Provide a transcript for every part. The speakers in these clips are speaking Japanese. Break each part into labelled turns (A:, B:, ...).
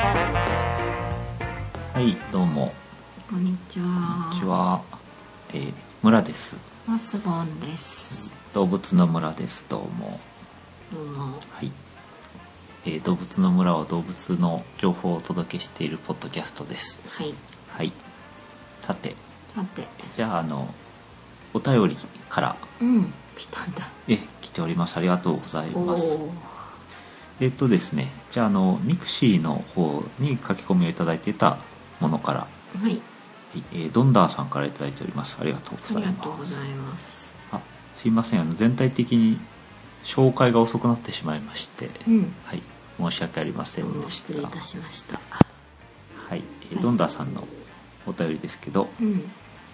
A: はい、どうも。
B: こんにち
A: こんにち
B: は。
A: は。えー村です。
B: マスボンです。
A: 動物の村です。どうも。
B: どうも。
A: はい。えー動物の村は動物の情報をお届けしているポッドキャストです。
B: はい。
A: はい。さて、
B: さて。
A: じゃあ、あの、お便りから、
B: うん。来たんだ。
A: え、来ております。ありがとうござい
B: お
A: ます。
B: お。
A: えっ、とですね、じゃあ、あの、ミクシーの方に書き込みをいただいてたものから、
B: はい。
A: はいえードンダーさんからいただいております。ありがとう
B: あ
A: ござい
B: りが
A: ます。
B: とうございます。
A: あすいませんあの全体的に紹介が遅くなってしまいまして、
B: うん。
A: はい申し訳ありませ
B: どうんも
A: でし
B: 失礼
A: た
B: いたしました。
A: はい、えードンダーさんのお便りですけど
B: うん。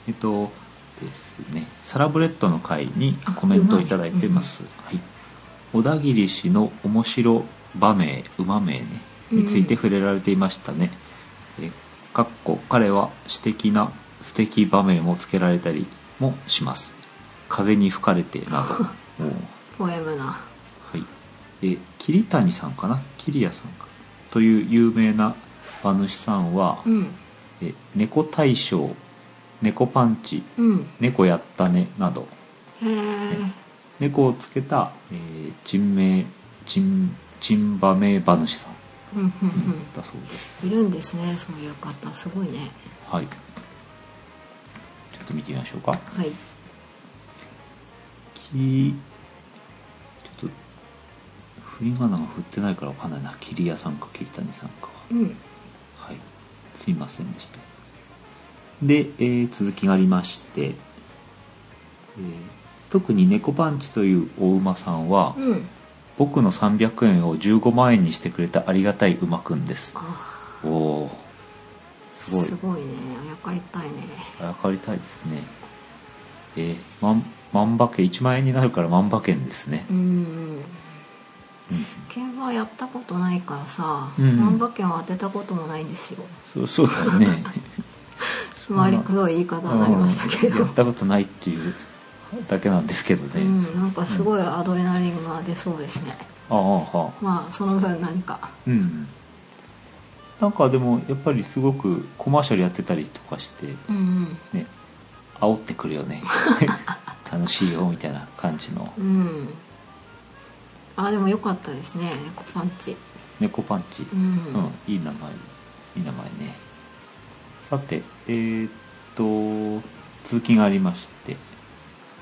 A: えっとですねサラブレッドの回にコメントをいただいてます、はい、小田切氏の面白場名馬名ねについて触れられていましたね、えーかっこ彼は詩的な素敵場面をつけられたりもします風に吹かれてなどもう
B: ポエムな。
A: はい、え桐谷さんかな桐谷さんかという有名な馬主さんは、
B: うん。
A: え猫大賞猫パンチ
B: うん。
A: 猫やったねなど
B: へえ。
A: 猫をつけた、えー、人名人人馬名馬主さん
B: うんうんうん。
A: だそうです、
B: いるんですね。そういう方すごいね。
A: はいちょっと見てみましょうか
B: はい。
A: きちょっと振り仮名が振ってないからわかんないな桐谷さんか桐谷さんか
B: うん。
A: はい、すいませんでした。で、えー続きがありまして、えー特に猫パンチというお馬さんは、
B: うん。
A: 僕の300円を15万円にしてくれたありがたい馬くんです。
B: あ
A: おおー、
B: あ。
A: すごい
B: すごいね。あやかりたいね。
A: あやかりたいですね。えー、万、万馬券、1万円になるから万馬券ですね
B: う。ん。
A: うん
B: 競馬やったことないからさ、
A: うん
B: 万馬券を当てたこともないんですよ
A: そう、そうだよ ね。
B: 回りくどい言い方になりましたけ
A: うん
B: ど
A: やったことないっていうだけなんですけど
B: う
A: ね。
B: ん、なんかすごいアドレナリンが出そうですね、
A: ああ、はあ。
B: まあその分何か
A: うんなんかでもやっぱりすごくコマーシャルやってたりとかして
B: うん
A: ね煽ってくるよ ね楽しいよみたいな感じの
B: うんうんあでも良かったですね猫パンチ
A: 猫パンチ
B: う、
A: うんん、いい名前いい名前ねさてえーっと続きがありまして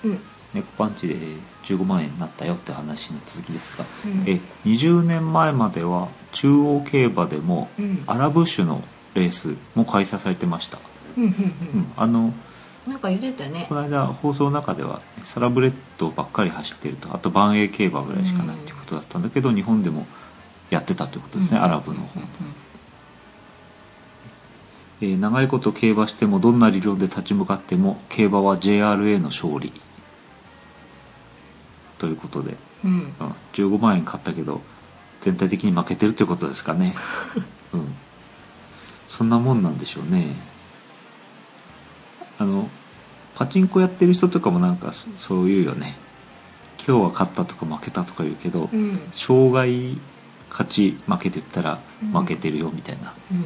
B: うん
A: 猫パンチで15万円になったよって話の続きですが、
B: うん
A: え20年前までは中央競馬でも
B: うんうん
A: アラブ種のレースも開催されてました、
B: うんうん
A: う、
B: うん
A: あの
B: んなんか揺れたね
A: この間放送の中ではサラブレッドばっかり走ってるとあと万栄競馬ぐらいしかないってことだったんだけど、日本でもやってたということですね、アラブの方、えー長いこと競馬してもどんな理論で立ち向かっても競馬は JRA の勝利ということで、
B: うんうん
A: うん、15万円買ったけど全体的に負けてるということですか ねうんそんなもんなんでしょうねあのパチンコやってる人とかもなんかそそういうよね今日は勝ったとか負けたとか言うけど、
B: うんうん
A: 障害勝ち負けて言ったら
B: うん
A: 負けてるよみたいな、
B: うんうん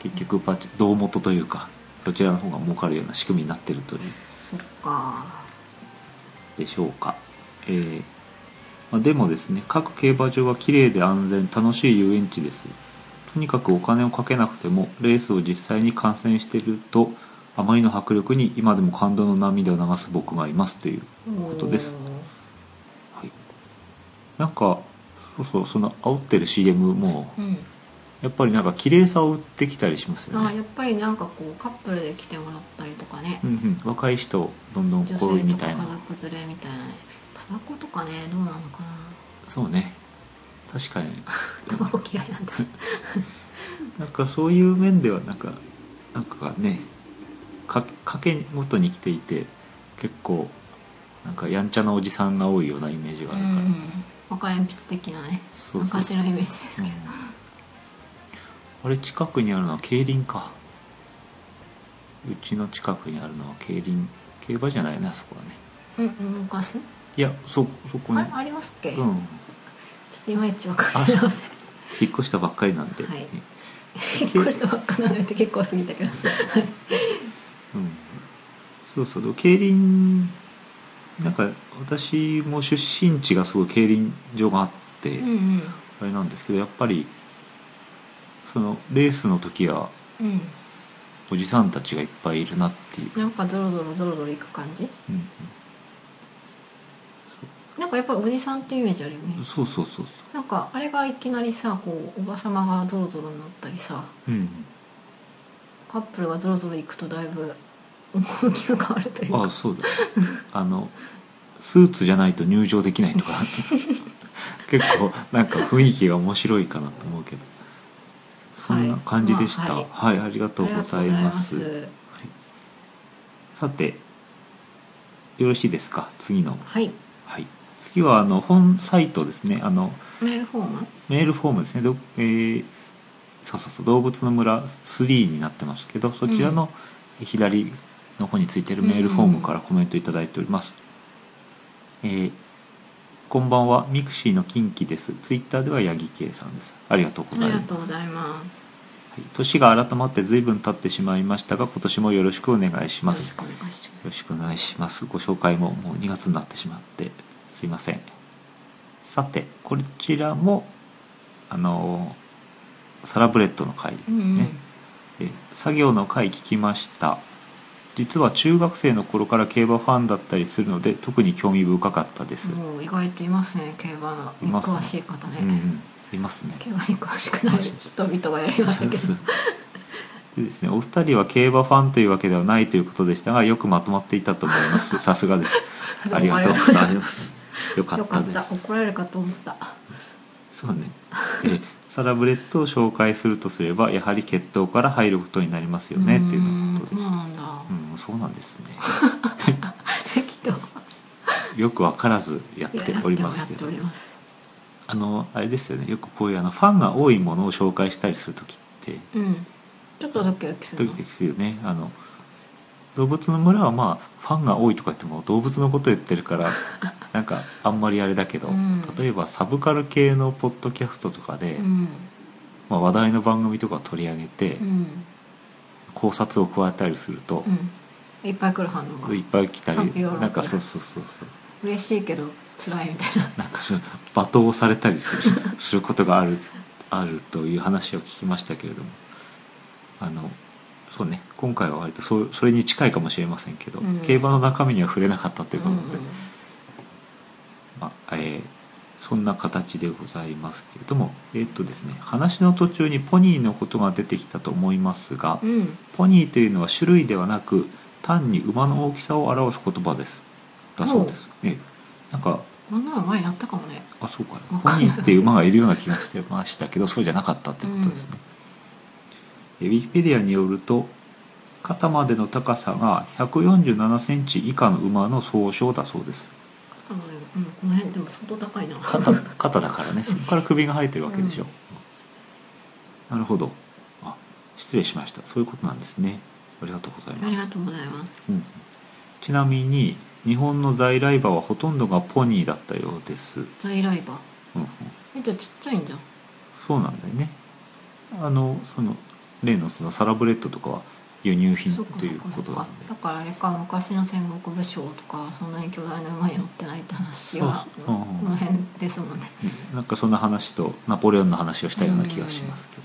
A: 結局パチ胴元というかそちらの方が儲かるような仕組みになってるという
B: そっか
A: でしょうか、えーまあ、でもですね各競馬場は綺麗で安全楽しい遊園地ですとにかくお金をかけなくてもレースを実際に観戦してるとあまりの迫力に今でも感動の涙を流す僕がいますという、
B: こと
A: ですはい、なんかそうそうその煽ってる CM も
B: うん
A: やっぱりなんか綺麗さを売ってきたりしますよ
B: あー
A: ね
B: やっぱりなんかこうカップルで来てもらったりとかね、
A: うんうん、若い人どんどん来
B: 女
A: い
B: 性
A: み
B: とか
A: たい
B: 家
A: な
B: 族連れみたいなねタバコとかねどうなのかな
A: そうね確かに
B: 卵嫌いなんです
A: なんかそういう面ではなんかなんかねか賭けごとに来ていて結構なんかやんちゃなおじさんが多いようなイメージがあるから、
B: 赤鉛筆的なね
A: そうそう
B: 昔のイメージです
A: うん
B: けど、
A: あれ近くにあるのは競輪かうちの近くにあるのは競輪競馬じゃないなそこはね
B: うん、動かす、
A: いやそそこに
B: あれありますっけ、
A: う
B: ちょ
A: ん
B: っといまいちわかってません
A: 引っ越したばっかりなんで、
B: はい
A: ね
B: 引っ越したばっかなので結構過ぎたけどはい
A: うん、そうそうで競輪なんか私も出身地がすごい競輪場があって、
B: うんうん
A: あれなんですけどやっぱりそのレースの時は
B: うん
A: おじさんたちがいっぱいいるなっていう、
B: なんかゾロゾロゾロゾロいく感じ
A: うん
B: なんかやっぱりおじさんっていうイメージあるよね
A: うん、そうそうそうそ
B: なんかあれがいきなりさこうおばさまがゾロゾロになったりさ
A: う、うん、
B: カップルがゾロゾロ行くとだいぶ趣が変わるという
A: あ
B: か
A: あそうだあのスーツじゃないと入場できないと か結構なんか雰囲気が面白いかなと思うけどそんな感じでした、
B: まあ
A: はい、ありがとうございます
B: ありがとうございます
A: さてよろしいですか次の、
B: はい
A: はい、次はあの本サイトですねあの
B: メールフォーム
A: メールフォームですねど、えーそうそうそう動物の村3になってますけどそちらの左の方についてるメールフォームからコメントいただいております、えーこんばんはミクシーのキンキですツイッターではヤギ系さんですありがとうご
B: あ
A: ざい
B: りが
A: ます
B: とうございます
A: はい年が改まって随分経ってしまいましたが今年もよろしくお願いし
B: よ
A: ま
B: ろ
A: す
B: しくお願いし
A: よ
B: ま
A: ろ
B: す
A: しくお願いしますご紹介ももう2月になってしまってすいませんさてこちらもあのサラブレッドの回です
B: うん
A: ね、
B: うん
A: え作業の回聞きました実は中学生の頃から競馬ファンだったりするので特に興味深かったです、
B: もう意外といますね競馬
A: い
B: に
A: ますね
B: 詳しい方ね、
A: うんうんいますね
B: 競馬に詳しくない人々がやりましたけ
A: そう
B: ど
A: でですね、お二人は競馬ファンというわけではないということでしたがよくまとまっていたと思い ますさすがです
B: どうも
A: ありがとうございますよか
B: よ
A: っ
B: か
A: た
B: っ
A: で
B: た
A: す
B: 怒られるかと思った
A: そうねえーサラブレッドを紹介するとすればやはり血統から入ることになりますよねっていうこと
B: そ
A: でし
B: うーんそ
A: た
B: うなんだ
A: うんそうなんですね
B: 適当
A: よくわからずやっております
B: やっ
A: け
B: て
A: ど
B: おります
A: あのあれですよねよくこういうあのファンが多いものを紹介したりする時って
B: うんちょっとドキドキす
A: ド
B: る
A: キ
B: な
A: ドキするよねあの動物の村はまあファンが多いとか言っても動物のこと言ってるから なんかあんまりあれだけど、
B: うん
A: 例えばサブカル系のポッドキャストとかで、
B: うん
A: まあ、話題の番組とかを取り上げて
B: うん
A: 考察を加えたりすると
B: う、んいっぱい来る反応が
A: いっぱい来た
B: 賛否
A: り
B: 両論
A: なんかそうそうそうそう
B: 嬉しいけど辛いみたいな
A: なんかそう罵倒されたりする することがあるあるという話を聞きましたけれどもあのそうね今回は割とそうそれに近いかもしれませんけど、
B: うん
A: 競馬の中身には触れなかったということで。
B: うんうん
A: まあえーそんな形でございますけれども、えーっとですね、話の途中にポニーのことが出てきたと思いますが、
B: うん、
A: ポニーというのは種類ではなく単に馬の大きさを表す言葉ですだそうです、ええなんか
B: こんなの前やったかもね。
A: あそうか
B: わ
A: ポ
B: かんない
A: ニーって馬がいるような気がしてましたけどそうじゃなかったってことですね、えウィキペディアによると肩までの高さが1 4 7センチ以下の馬の総称だそうです
B: あのうん、この辺でも相当高 いな。
A: 肩肩だからねそこから首が生えてるわけでしょ、
B: う
A: なるほどあ失礼しましたそういうことなんですねありがとうござい
B: あ
A: ま
B: り
A: す
B: がとうございます。
A: うんちなみに日本の在来馬はほとんどがポニーだったようです、うん
B: 在来馬。
A: うん、
B: え、じゃあちっちゃいんじゃん。
A: そうなんだよねあのその例のそのサラブレッドとかは輸入品
B: そっか
A: と
B: そ
A: い
B: っ
A: う
B: かそ
A: こ
B: っ
A: とな
B: か
A: ん。で
B: だからあれか昔の戦国武将とかそんなに巨大な馬に乗ってないって話は
A: そうそう
B: こ
A: うんうん
B: の辺ですもんね。
A: うんなんかそんな話とナポレオンの話をしたような気がしますけど、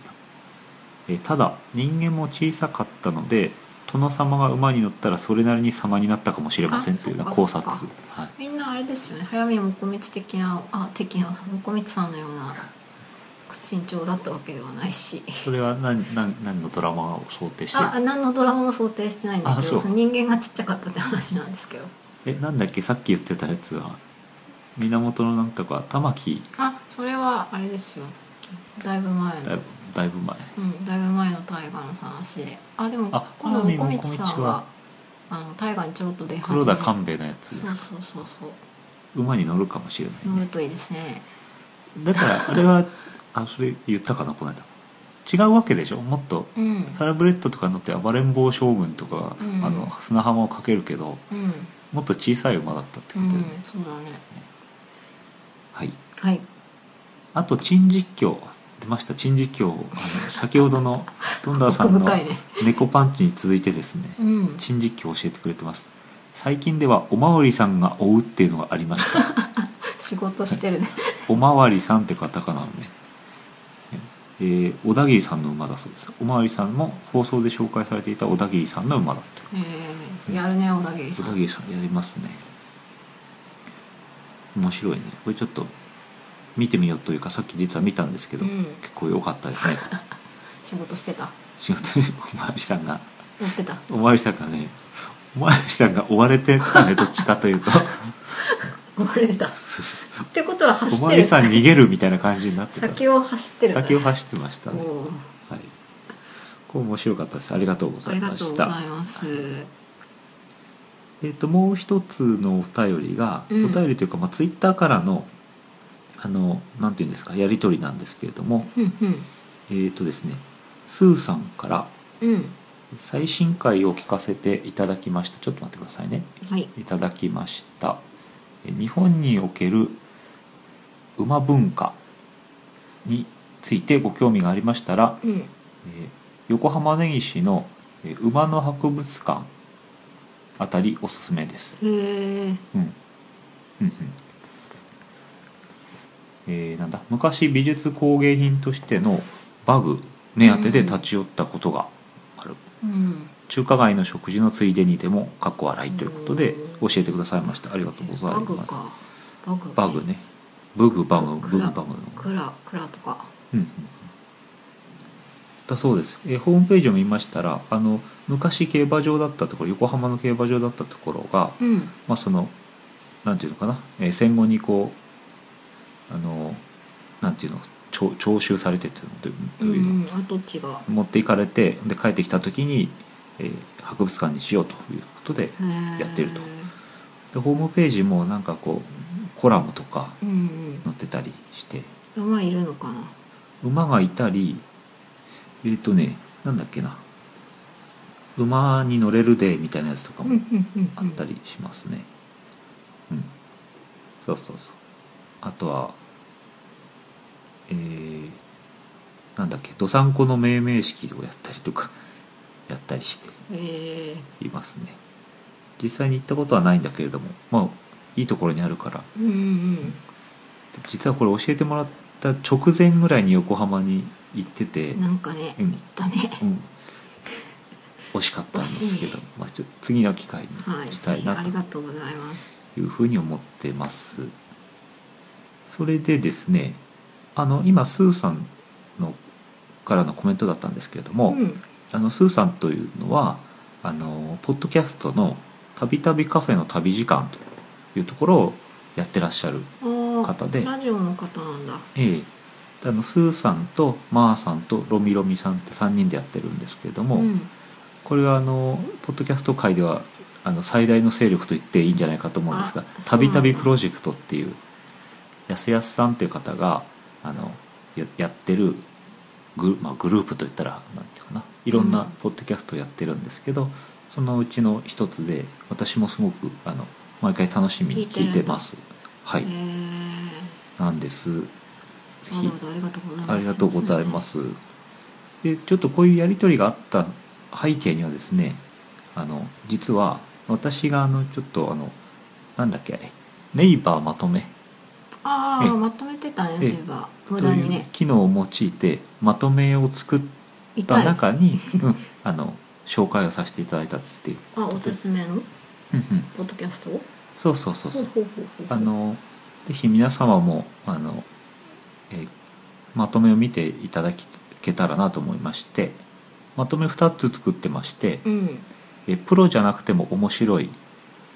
A: えーただ人間も小さかったので殿様が馬に乗ったらそれなりに様になったかもしれません
B: あ
A: というような考
B: そっかそっ
A: 察
B: か
A: はい、
B: みんなあれですよね。早見もこみち的なあ的なもこみちさんのような身長だったわけではないし。
A: それは何何何のドラマを想定して
B: あ、あ何のドラマも想定してないんだ
A: あ
B: け
A: そう
B: ど、その人間がちっちゃかったって話なんですけど。
A: えなんだっけさっき言ってたやつは源のなんとか玉木
B: あ、それはあれですよだいぶ前
A: だい
B: の
A: ぶだいぶ前
B: うん、だいぶ前の大河の話であでも
A: あ
B: 今度
A: 天海
B: もこみ
A: もこ
B: ち
A: みち
B: さ
A: は
B: んはあの大河にちょろっと出始め
A: 黒田官兵衛のやつで
B: そう
A: すか
B: そうそうそう
A: 馬に乗るかもしれない
B: 乗る
A: ね
B: といいですね
A: だからあれはあそれ言ったかなこの間違うわけでしょもっと
B: うん
A: サラブレッドとかに乗って暴れん坊将軍とか、
B: うん
A: あの砂浜をかけるけど
B: うん、
A: もっと小さい馬だったってこ
B: う
A: とだよね、
B: ん、そうだね
A: はい
B: はい
A: あと珍実況出ました珍実況あの先ほど のトンダーさ
B: 奥
A: んの
B: 深いね
A: 猫パンチに続いてですね
B: うん
A: 珍実況を教えてくれてます最近ではおまわりさんが追うっていうのがありました
B: 仕事してるね
A: おまわりさんってカタカナのねえー小田切さんの馬だそうですおまわりさんも放送で紹介されていた小田切さんの馬だと
B: えー、やるね小田切
A: 小
B: さ
A: 田
B: ん
A: 切さんやりますね面白いねこれちょっと見てみようというかさっき実は見たんですけど、
B: うん
A: 結構良かったですね
B: 仕事してた
A: 仕事におまわりさんが
B: 乗ってた
A: おまわりさんがねおまわりさんが追われてた ねどっちかというと
B: 追われてたってことは走
A: おまわ
B: って
A: り
B: る
A: さん逃げるみたいな感じになってた
B: 先を走ってる
A: 先を走ってましたね、
B: おー
A: はい、これ面白かったですありがとうござ
B: あ
A: い
B: りが
A: ま
B: とう
A: し
B: ご
A: た
B: ざいます
A: えー、ともう一つのお便りが、
B: うん
A: お便りというか、まあ、ツイッターからのあのなんていうんですかやり取りなんですけれども
B: うんうん
A: えっ、とですねスーさんから
B: うん
A: 最新回を聞かせていただきましたちょっと待ってくださいね
B: はい
A: いただきましたえ日本における馬文化についてご興味がありましたら
B: うん
A: えー横浜根岸のえー馬の博物館あたりおすすめです。
B: へえ
A: うんうんうんえーなんだ昔美術工芸品としてのバグ目当てで立ち寄ったことがある、
B: うん
A: 中華街の食事のついでにでもかっこ笑いということで
B: う
A: 教えてくださいましたありがとうござい
B: バ
A: ます
B: グかバグ
A: バグねブグバグブグバグの
B: クラクラとか
A: うんうんうんだそうです、えーホームページを見ましたらあの昔競馬場だったところ横浜の競馬場だったところが、
B: うん
A: まあ、そのなんていうのかな、えー戦後にこうあのなんていうの徴徴収されてっていうのという
B: う
A: どういうの、
B: ん跡地が
A: 持っていかれてで帰ってきた時に、えー博物館にしようということでや
B: や
A: ってるとでホームページもなんかこうコラムとか
B: うん
A: 載ってたりして
B: うん馬いるのかな
A: 馬がいたりえっ、とねなんだっけな馬に乗れるデーみたいなやつとか
B: うんう
A: も
B: んうんうん
A: あったりしますねうん、そうそうそうあとはえー、なんだっけどさんこの命名式をやったりとか やったりして
B: へえ
A: いますね実際に行ったことはないんだけれどもまあいいところにあるから
B: うんうん
A: 実はこれ教えてもらった直前ぐらいに横浜に行ってて、
B: うんなんかね
A: うん
B: 行ったね
A: うん、惜しかったんですけど
B: 惜しい、
A: まあ、ちょっと次の機会に
B: はい
A: したいな
B: あ
A: と
B: りがとうございます
A: いうふうに思ってます、それでですねあの今スーさんのからのコメントだったんですけれども、
B: うん
A: あのスーさんというのはあのポッドキャストの「たびたびカフェの旅時間」というところをやってらっしゃる
B: あ
A: 方で
B: あラジオの方なんだ
A: ええ、あのスーさんとマーさんとロミロミさんって3人でやってるんですけれども、
B: うん
A: これはあのポッドキャスト界ではあの最大の勢力と言っていいんじゃないかと思うんですが
B: あ
A: 「
B: そ
A: た
B: うな
A: び
B: んだ
A: たびプロジェクト」っていうやすやすさんという方があのややってるグ,、まあ、グループといったらなんていうかないろん
B: う
A: なんポッドキャストをやってるんですけど、そのうちの一つで私もすごくあの毎回楽しみに聞いてます。は
B: へ
A: い、
B: え
A: なんですぜ
B: わ
A: ひ
B: ざわざありがとうございます
A: ありがとうございます。でちょっとこういうやり取りがあった背景にはですねあの実は私があのちょっとあのなんだっけあれネイバーまとめ
B: あ
A: ええ
B: あまとめてたね
A: ええ
B: そういえば
A: と
B: 無駄に
A: いう
B: ね
A: 機能を用いてまとめを作っ
B: 痛
A: た
B: いあ
A: 中に、うん、あの紹介をさせていただいたっていう
B: おすすめの
A: うんうん
B: ポッドキャスト
A: そうそうそうそ
B: ほう
A: う
B: ほうほうほ
A: あ
B: う
A: のぜひ皆様もあの、えーまとめを見ていただけたらなと思いましてまとめ2つ作ってまして
B: うん
A: えープロじゃなくても面白い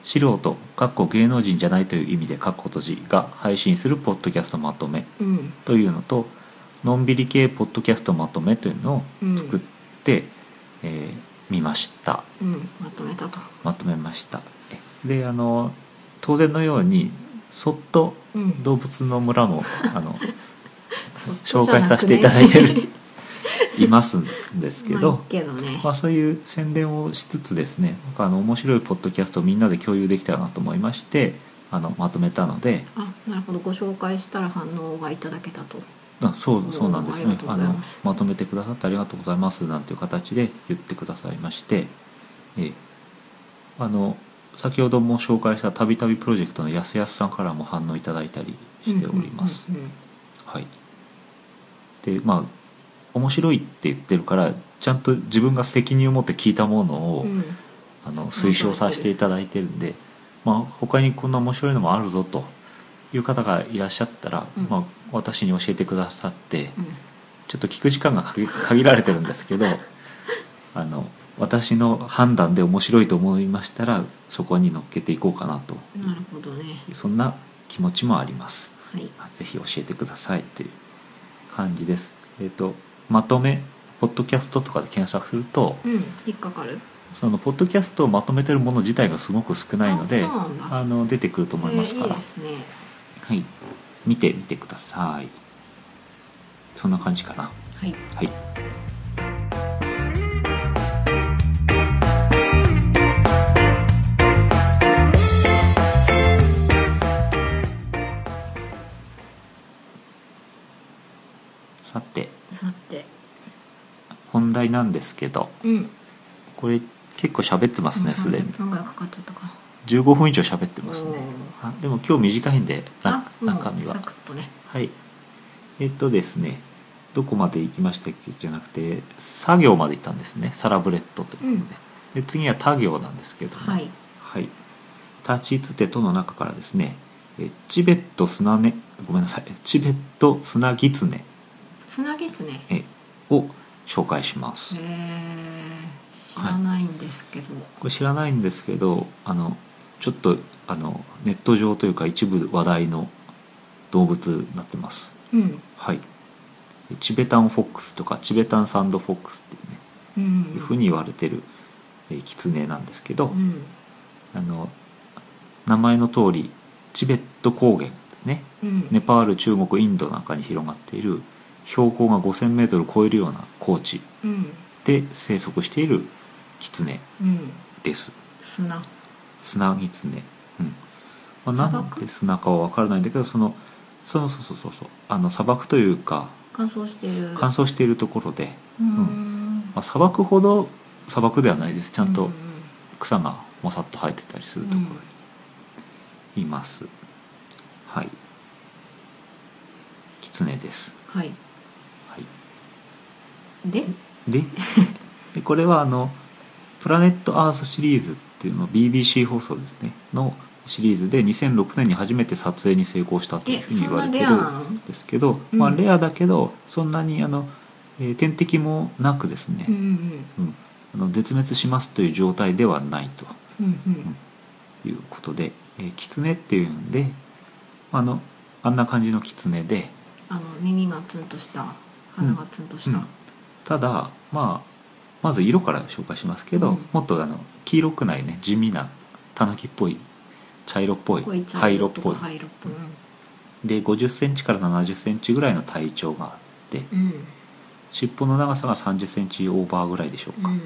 A: 素人かっこ芸能人じゃないという意味でかっこ閉じが配信するポッドキャストまとめ
B: うん
A: というのとのんびり系ポッドキャストまとめというの
B: うん
A: を作って、えー見ました
B: うんまとめたと
A: まとめましたえであの当然のようにそっと
B: うん
A: 動物の村もあの
B: そっちじゃ
A: 紹介
B: なくね
A: させていただいてるいますんです け
B: ま
A: ど
B: あ、けどね
A: まあ、そういう宣伝をしつつですねなんかあの面白いポッドキャストをみんなで共有できたらなと思いましてあのまとめたので
B: あなるほどご紹介したら反応がいただけたと
A: あそう
B: おー
A: そうなんです
B: あり
A: ね
B: がとうご
A: あ
B: ざい
A: の
B: ます
A: まとめてくださってありがとうございますなんていう形で言ってくださいまして、ええあの先ほども紹介した「たびたびプロジェクト」のやすやすさんからも反応いただいたりしております。
B: うんうんうん
A: はい、でまあ面白いって言ってるからちゃんと自分が責任を持って聞いたものを、
B: うん
A: あの推奨させていただいてるんで、まあ、他にこんな面白いのもあるぞという方がいらっしゃったら、
B: うん
A: まあ、私に教えてくださって
B: うん
A: ちょっと聞く時間が限限られてるんですけどあの私の判断で面白いと思いましたらそこに乗っけていこうかなと
B: なるほどね
A: そんな気持ちもあります。
B: はい
A: ぜひ教えてくださいという感じです。えっ、とまとめポッドキャストとかで検索すると、
B: うん引っかかる
A: そのポッドキャストをまとめてるもの自体がすごく少ないので
B: あそうなんだ
A: あの出てくると思います
B: えー
A: か
B: いい
A: ら、
B: ですね
A: はい、見てみてくださいそんな感じかな
B: はい
A: はいさて
B: さて
A: 本題なんですけど
B: うん
A: これ結構喋ってますねすでに
B: 30分ぐらいかかっちゃったか
A: 15分以上喋ってますね
B: お
A: あでも今日短いんでな
B: あもう
A: 中身
B: サ
A: は
B: クッとね
A: はいえっとですねどこまで行きましたっけじゃなくて作業まで行ったんですねサラブレッドということで,、で次は他行なんですけども
B: はい
A: はい立ちつてとの中からですねえチベット砂ねごめんなさいチベット砂ギツネ
B: つなぎつね
A: えを紹介します
B: えー知らないんですけど、
A: これ知らないんですけどあのちょっとあのネット上というか一部話題の動物になってます
B: うん
A: はいチベタンフォックスとかチベタンサンドフォックスっていうね、
B: うん
A: いうふうに言われてる、えーキツネなんですけど、
B: うん
A: あの名前の通りチベット高原ですね
B: うん
A: ネパール中国インドなんかに広がっている標高が 5,000m 超えるような高地
B: うん
A: で生息しているキツネ
B: うん
A: です
B: 砂
A: 砂狐うん、まあ、
B: 砂
A: な
B: 漠
A: んで砂かは分からないんだけどそのそうそうそうそうそうあの砂漠というか
B: 乾燥してる
A: 乾燥しているところで、
B: うーん
A: まあ、砂漠ほど砂漠ではないですちゃん
B: う
A: と
B: ん
A: 草がもさっと生えてたりするところにいます、はいキツネです、
B: はい
A: はい、
B: で
A: ででこれはあの「プラネット・アース」シリーズっていうの BBC 放送ですねのシリーズで2006年に初めて撮影に成功したという
B: え
A: ふうに
B: そ
A: 言
B: ん
A: われ
B: な
A: て
B: レ
A: る
B: アなの
A: んですけど、
B: うん
A: まあ、レアだけどそんなにあの、えー天敵もなくですね、
B: うんうん
A: うんあの絶滅しますという状態ではないと
B: うんうん
A: いうことで、えー、キツネっていうんであのあんな感じのキツネで
B: あの耳がツンとした鼻がツンとし
A: う
B: た
A: んただ、まあ、まず色から紹介しますけど、
B: うん
A: もっとあの黄色くないね地味なたぬきっぽい茶色っぽい
B: 濃い茶
A: 灰色っ
B: と
A: ぽい
B: か灰色っぽい
A: で5 0ンチから7 0ンチぐらいの体長があって
B: うん
A: 尻尾の長さが3 0ンチオーバーぐらいでしょう
B: う
A: か、
B: ん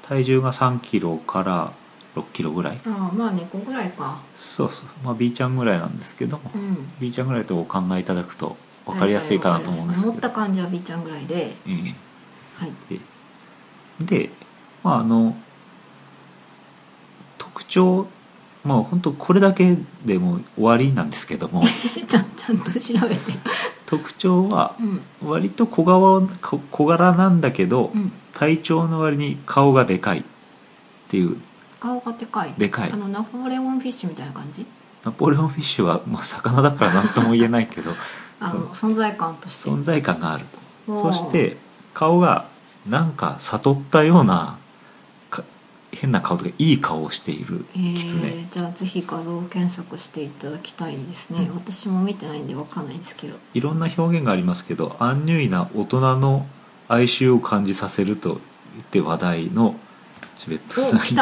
A: 体重が3キロから6キロぐらい
B: ああまあ猫ぐらいか
A: そうそうまあ B ちゃんぐらいなんですけど、
B: うん
A: B ちゃんぐらいとお考えいただくと分かりやすいかなと思うんですけど
B: 思った感じは B ちゃんぐらいで
A: え
B: はい
A: えでまああの特徴まあ本当これだけでもう終わりなんですけど も
B: ちゃんちゃんと調べて
A: 特徴は
B: うん
A: 割と小顔小小柄なんだけど、
B: うん
A: 体調の割に顔がでかいっていう
B: 顔がでかい
A: でかい
B: あのナポレオンフィッシュみたいな感じ
A: ナポレオンフィッシュは、まあ、魚だから何とも言えないけ ど
B: あの存在感として
A: 存在感がある
B: お
A: そ
B: ー
A: して顔がなんか悟ったようなか変な顔とかいい顔をしている
B: え
A: キツネ
B: ー、じゃあぜひ画像検索していただきたいですね、
A: うん
B: 私も見てないんでわかんないんですけど
A: いろんな表現がありますけどアンニュイな大人の哀愁を感じさせると言って話題のチベットスナインですね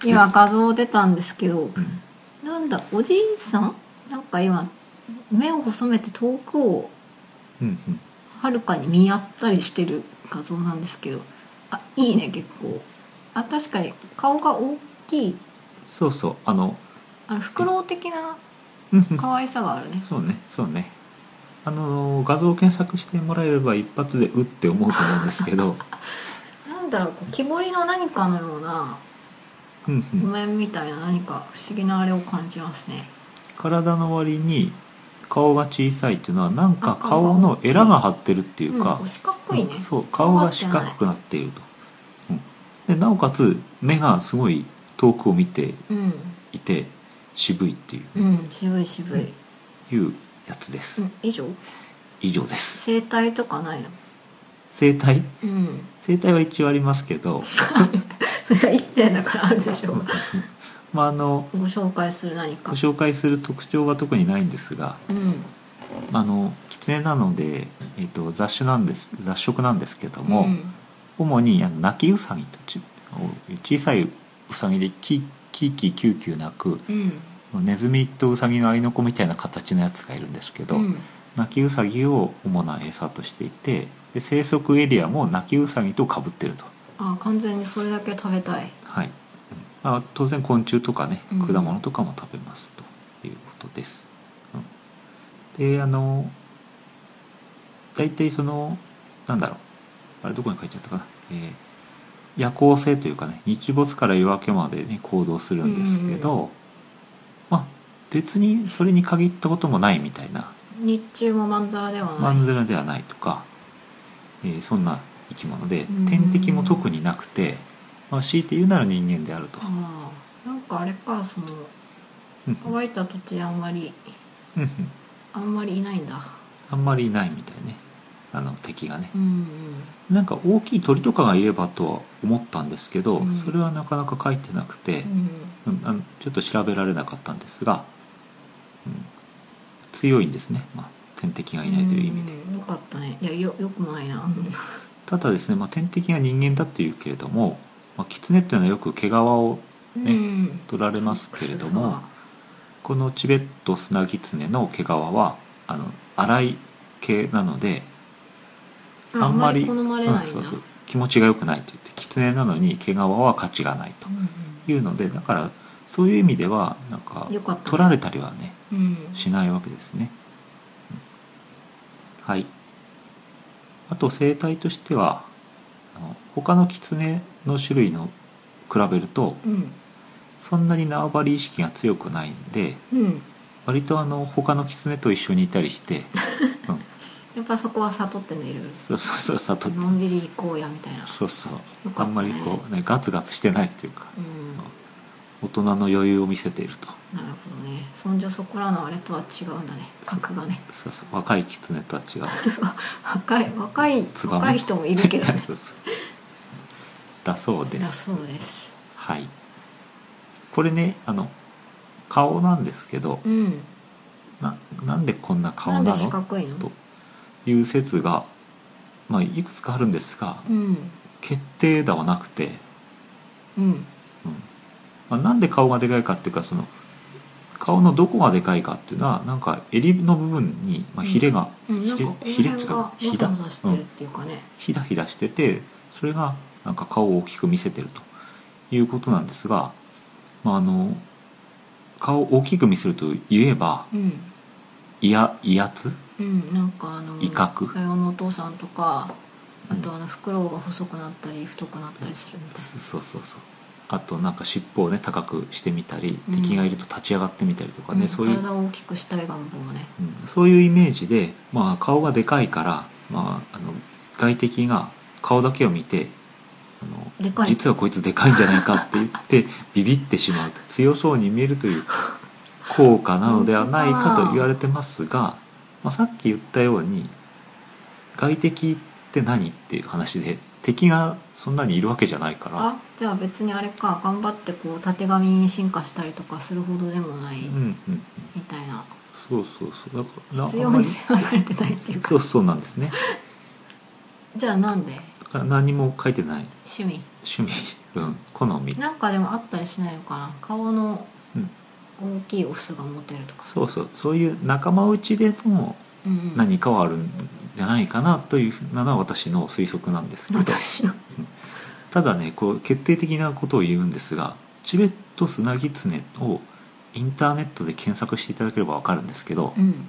B: お来今画像出たんですけど
A: うん
B: なんだおじいさんなんか今目を細めて遠くを
A: うんうん
B: はるかに見合ったりしてる画像なんですけどあいいね結構あ確かに顔が大きい
A: そうそうあの
B: あのフクロウ的な
A: うんうん
B: 可愛さがあるね
A: そうねそうねあの画像を検索してもらえれば一発でうって思うと思うんですけど
B: なんだろうこう木彫りの何かのような
A: うんうん
B: 譜面みたいな何か不思議なあれを感じますね
A: 体の割に顔が小さいっていうのはなんか顔のエラが張ってるっていうか
B: ん、四角いね、
A: うんそう顔が四角くなっていると、うん、でなおかつ目がすごい遠くを見て
B: うん
A: いて渋いってい
B: うん渋い渋い、
A: ういうやつです、
B: うん、以上
A: 以上です
B: 生態とかないの
A: 生体
B: うん
A: 生体は一応ありますけど
B: それは生きてんだからあるでしょ
A: うんまああの
B: ご紹介する何
A: ご
B: か
A: 紹介する特徴は特にないんですが
B: うん
A: あの狐なので、えっと雑種なんです雑食なんですけども、
B: うん
A: 主にあの泣きウサギとち小さいウサギでキキーキーキューキュー鳴く
B: うん
A: ネズミとウサギの合いの子みたいな形のやつがいるんですけど、
B: うん
A: 泣きウサギを主な餌としていてで生息エリアも泣きウサギとかぶってると、
B: あ完全にそれだけ食べたい
A: はいうんまあ、当然昆虫とかね
B: うん
A: 果物とかも食べますということです、うんであの大体そのなんだろうあれどこに書いちゃったかな、えー夜行性というかね日没から夜明けまでに行動するんですけど、まあ別にそれに限ったこともないみたいな
B: 日中もまんざらでは
A: マ
B: ない、
A: ンズラではないとか、えーそんな生き物で
B: うん
A: 天敵も特になくて、まあ、強いて言うなら人間であると、
B: ああなんかあれかその
A: うん
B: 乾いた土地あんまり
A: うんうん
B: あんまりいないんだ
A: あんまりいないみたいねあの敵がね
B: うんうん
A: なんか大きい鳥とかがいればとは思ったんですけど、
B: うん
A: それはなかなか書いてなくて
B: う、ん
A: うんあのちょっと調べられなかったんですが、うん強いんですね、まあ、天敵がいないという意味で、
B: うんよかったねいやよよくもないな、うん
A: ただですね、まあ、天敵が人間だっていうけれども、まあ、キツネっていうのはよく毛皮をね
B: うん
A: 取られますけれどもこのチベットスナギツネの毛皮はあの粗い毛なので、
B: あ
A: あ
B: ん
A: ん
B: ま
A: ま
B: り
A: り
B: 好まれ
A: うん
B: ないんだ、
A: そうそう気持ちが良くないと言ってキツネなのに毛皮は価値がないと
B: うん
A: いうのでだからそういう意味ではなんか
B: うんよかった
A: 取られたりはね
B: うん
A: しないわけですね。うんはいあと生態としてはあの他のキツネの種類の比べると
B: うん
A: そんなに縄張り意識が強くないんで
B: うん
A: 割とあの他のキツネと一緒にいたりして、うん、
B: やっぱそこは悟って寝る
A: そうそうそう悟って
B: のんびり行こうやみたいな
A: そうそう
B: よか
A: あ
B: ったね
A: んまりこうねガツガツしてないっていうか
B: うん
A: 大人の余裕を見せていると
B: なるほどねそんじょそこらのあれとは違うんだね格がね
A: そうそう若いキツネとは違う
B: 若い若い
A: ツバメ
B: 若い人もいるけどね
A: そうそうだそうで
B: だ
A: す
B: そうです
A: はいこれねあの顔なんですけど
B: うん
A: ななんでこんな顔
B: なんで
A: な
B: 四
A: の
B: 角いの
A: という説が、まあ、いくつかあるんですが
B: うん
A: 決定打はなくて
B: うん
A: うんまあ、なんで顔がでかいかっていうかその顔のどこがでかいかっていうのはなんか襟の部分に、まあ、
B: うん
A: ヒレが
B: うんなんかこの
A: ひれ
B: 辺がも
A: ひれ違うひ
B: さ
A: だ
B: もさしてるっていうかね
A: ひだひだしててそれがなんか顔を大きく見せてるということなんですが、まあ、あの顔を大きく見せるといえば
B: うん
A: 威圧威圧
B: うん、なんかあの
A: 威嚇
B: ライオンのお父さんとかあ
A: うん
B: とあのフクロウが細くなったり太くなったりするみたい
A: そうそうそうあとなんか尻尾をね高くしてみたり
B: うん
A: 敵がいると立ち上がってみたりとかね、
B: な、
A: そういう
B: 体を大きくしたい願望ね
A: うんそういうイメージで、まあ、顔がでかいから、まあ、あの外敵が顔だけを見てあ
B: で
A: の
B: かい
A: 実はこいつでかいんじゃないかって言って ビビってしまうと強そうに見えるという効果なのではないかと言われてますが、まあ、さっき言ったように外敵って何っていう話で敵がそんなにいるわけじゃないから、
B: あじゃあ別にあれか頑張ってこう縦紙に進化したりとかするほどでもない
A: うんうんうん、
B: みたいな、
A: そうそうそうだからな
B: 必
A: あ
B: 要
A: んま
B: に
A: り
B: 迫られてないっていうか
A: そうそうなんですね
B: じゃあなんで
A: だから何も書いてない
B: 趣味
A: 趣味、うん、好み
B: なんかでもあったりしないのかな顔の
A: うん
B: 大きいオスがモテるとか、
A: そうそうそういう仲間内での
B: うん、
A: 何かはあるんじゃないかなというふうなのは私の推測なんですけど
B: 私の
A: ただねこう決定的なことを言うんですがチベットスナギツネをインターネットで検索していただければわかるんですけど
B: うん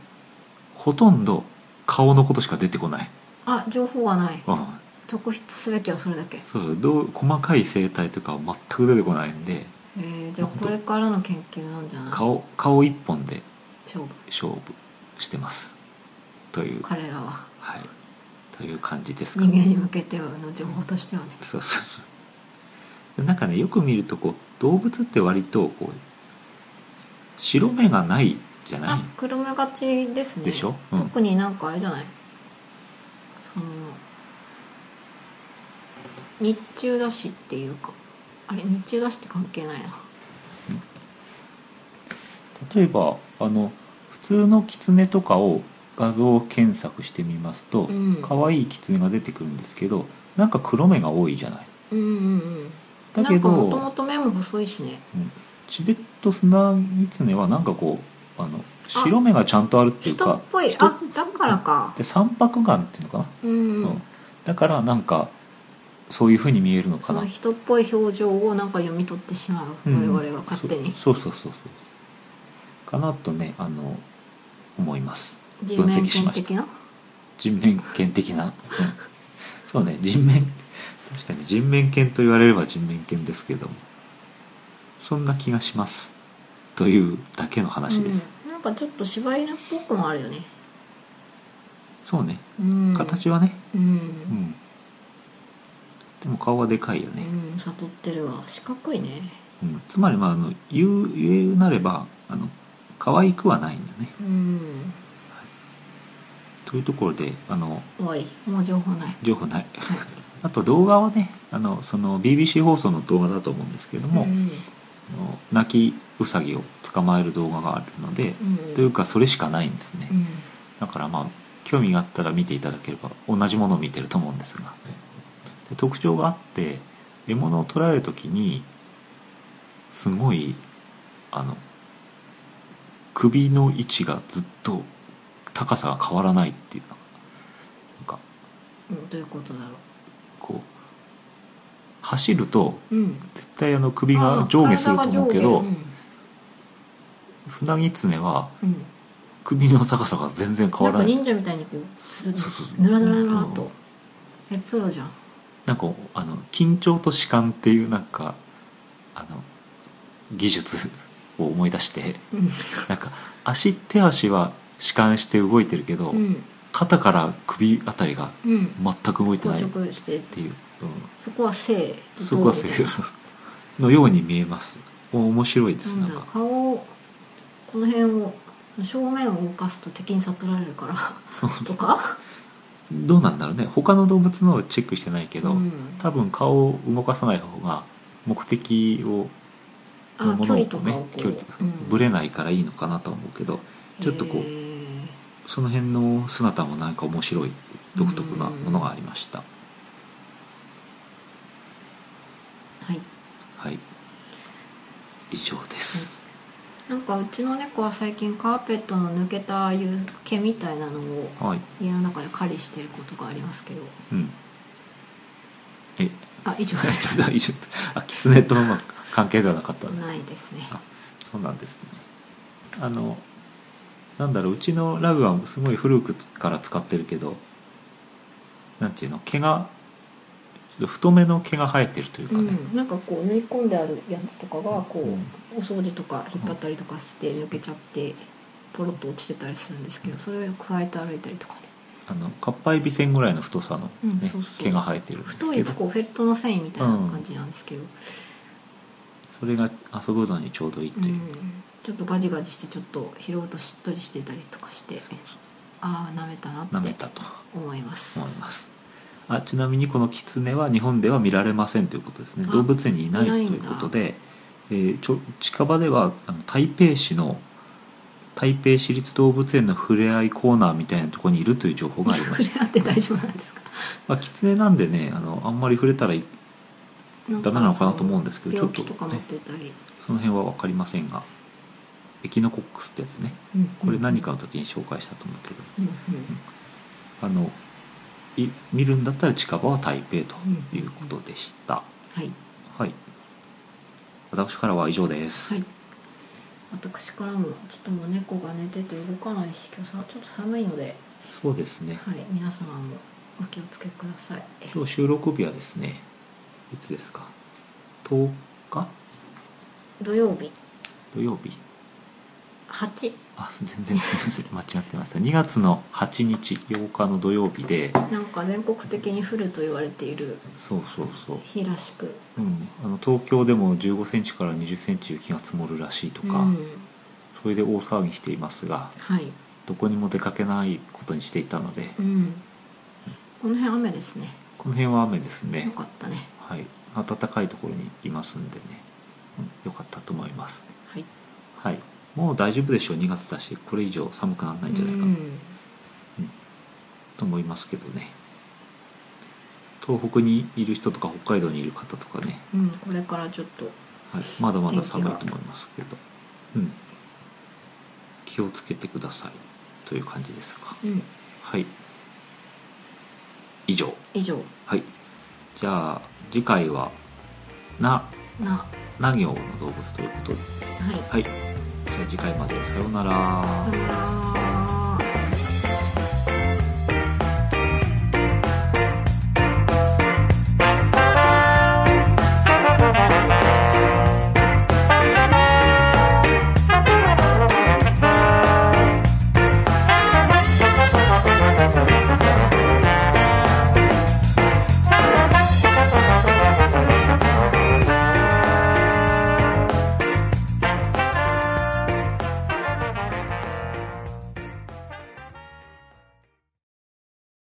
A: ほとんど顔のことしか出てこない、
B: あ情報がない
A: うん、
B: 特筆すべきはそれだけ、
A: そうどう細かい生態とかは全く出てこないんで
B: えー、じゃあこれからの研究なんじゃない
A: 顔顔一本で
B: 勝負
A: 勝負してますという
B: 彼らは
A: はいという感じですか
B: 人間に向けての情報としてはね
A: そうそうそうなんかねよく見るとこう動物って割とこう白目がないじゃな
B: あ黒目がちです
A: い
B: ね
A: でしょ、うん、
B: 特になんかあれじゃないその日中だしっていうかあれ日中だしって関係ないな
A: 例えばあの普通のキツネとかを画像検索してみますと
B: うん
A: 可愛、いキツネが出てくるんですけどなんか黒目が多いじゃない
B: うんうんうん
A: だ
B: なん
A: け
B: かもと
A: ど
B: もと目も細いしね
A: チベットスナギツネはなんかこうあの
B: あ
A: 白目がちゃんとあるっていう
B: 人
A: か
B: っぽい
A: 人
B: あだからか
A: で三白眼っていうのかな
B: うん、う
A: うん
B: ん、
A: だからなんかそういうふうに見えるのか
B: そ
A: な
B: の人っぽい表情をなんか読み取ってしまう、
A: うん
B: 我々が勝手に
A: そそうそうそうそうかなとねあの思います
B: 人面
A: 分析し
B: 犬
A: ました
B: 的な
A: 人面犬的な、うんそうね人面確かに人面犬と言われれば人面犬ですけれどもそんな気がしますというだけの話です、
B: うん、なんかちょっと柴犬っぽくもあるよね、
A: そうね
B: うん、
A: 形はね、
B: う
A: うん
B: ん、
A: でも顔はでかいよね、
B: うん、悟ってるわ四角いね
A: うんつまりまああの言う言うなればあの可愛くはないんだね
B: うん
A: というところであの
B: 終わりもう情報ない
A: 情報ない
B: はい
A: あと動画はねあのその BBC 放送の動画だと思うんですけれども、
B: ん
A: あの泣きウサギを捕まえる動画があるので、
B: うん
A: というかそれしかないんですね、
B: うん
A: だからまあ興味があったら見ていただければ同じものを見てると思うんですがで特徴があって獲物を捕らえる時にすごいあの首の位置がずっと高さが変わらないっていうかなんか
B: うんどういうことだろ
A: こう走ると
B: う、うん、
A: 絶対あの首が上下すると思うけど、
B: あ体が上
A: スナギツネは
B: 下うんうん、
A: 首の高さが全然変わらない
B: んか忍者みたいにこう
A: そ
B: す
A: うそうそう
B: ぬらぬらぬらっ
A: うん
B: とえプロじゃん
A: なんかあの緊張と弛緩っていうなんかあの技術を思い出して
B: うん
A: なんか足手足は弛緩して動いてるけど、
B: うん
A: 肩から首あたりが
B: うん
A: 全く動いてないっ
B: 硬直して
A: ていう、うん、
B: そこは性
A: そこは
B: どう
A: 正
B: みたい
A: 義
B: な
A: のように見えますお面白いですな
B: な
A: んん
B: だろう
A: か
B: 顔をこの辺を正面を動かすと敵に悟られるから
A: そう
B: とか
A: どうなんだろうね他の動物のをチェックしてないけど、
B: うん、
A: 多分顔を動かさない方が目的をの
B: あ距
A: ものを
B: 離
A: ね
B: とかをこう
A: 距離とか
B: うん
A: ぶれないからいいのかなとは思うけどちょっとこう
B: へー
A: その辺の姿もなんか面白い独特なものがありました、
B: はい
A: はい以上です、
B: なんかうちの猫は最近カーペットの抜けたああいう毛みたいなのを
A: はい
B: 家の中で狩りしてることがありますけど
A: うん えち
B: あ以上
A: ょ
B: で
A: っ
B: す
A: とあちょっと あキツネとの関係ではなかった
B: ないです ね
A: そうなんですねあのなんだろううちのラグはすごい古くから使ってるけどなんていうの毛がちょっと太めの毛が生えてるというか
B: う
A: ね、
B: ん、なんかこう塗り込んであるやつとかがこう、
A: うん
B: お掃除とか引っ張ったりとかして抜けちゃってポロッと落ちてたりするんですけどそれを加えて歩いたりとかね
A: あのかっぱえびせんぐらいの太さの、ね
B: うんそうそう
A: 毛が生えてるんです
B: 太
A: け
B: い
A: ど
B: こうフェルトの繊維みたいな感じなんですけど、
A: それが遊ぶのにちょうどいいと
B: うん
A: いう、
B: ちょっとガジガジしてちょっと拾うとしっとりしてたりとかして
A: そうそ
B: ああ舐めたな
A: う舐
B: っ
A: め
B: て
A: たと
B: 思います
A: 思いますあちなみにこのキツネは日本では見られませんということですね
B: あ
A: 動物園にいない
B: い
A: と
B: ないん
A: い
B: だ
A: うことで、えーちょ近場ではあの台北市の台北市立動物園のふれあいコーナーみたいなところにいるという情報がありま
B: 触
A: し
B: れ
A: た、
B: 合って大丈夫なんですか
A: まあ、キツネなんでねあのあんまり触れたらい
B: なん
A: ダメなのかなと思うんですけどちょ
B: 病
A: っと
B: 気とか持っ
A: ね
B: てたり、
A: その辺は分かりませんがエキノコックスってやつね
B: うん
A: これ何かの時に紹介したと思うけど、
B: うんうん
A: あのい見るんだったら近場は台北ということでした、
B: はい
A: はい私からは以上です、
B: はい私からもちょっともう猫が寝てて動かないし今日さちょっと寒いので、
A: そうですね
B: はい、皆様もお気をつけください
A: 今日収録日はですねいつですか10日
B: 土曜日
A: 土曜日
B: 8
A: あす全然すいません間違ってました2月の8日8日の土曜日で
B: なんか全国的に降ると言われている
A: そうそうそう
B: 日らしく
A: うん、あの東京でも1 5ンチから2 0ンチ雪が積もるらしいとか、
B: うん、
A: それで大騒ぎしていますが
B: はい、
A: どこにも出かけないことにしていたので、
B: うん、この辺雨ですね
A: この辺は雨です
B: よ
A: ね、
B: かったね
A: はい、暖かいところにいますんでね、うん、よかったと思います、
B: はい
A: はい、もう大丈夫でしょう2月だしこれ以上寒くならないんじゃないかな、
B: うん
A: と思いますけどね東北にいる人とか北海道にいる方とかね、
B: うん、これからちょっと
A: はい、まだまだ寒い
B: 天気が
A: と思いますけど、うん、気をつけてくださいという感じですか
B: うん
A: はい以上
B: 以上
A: はいじゃあ次回はな
B: なは
A: な行の動物ということで
B: い
A: はいじゃあ次回までさようなら
B: さようなら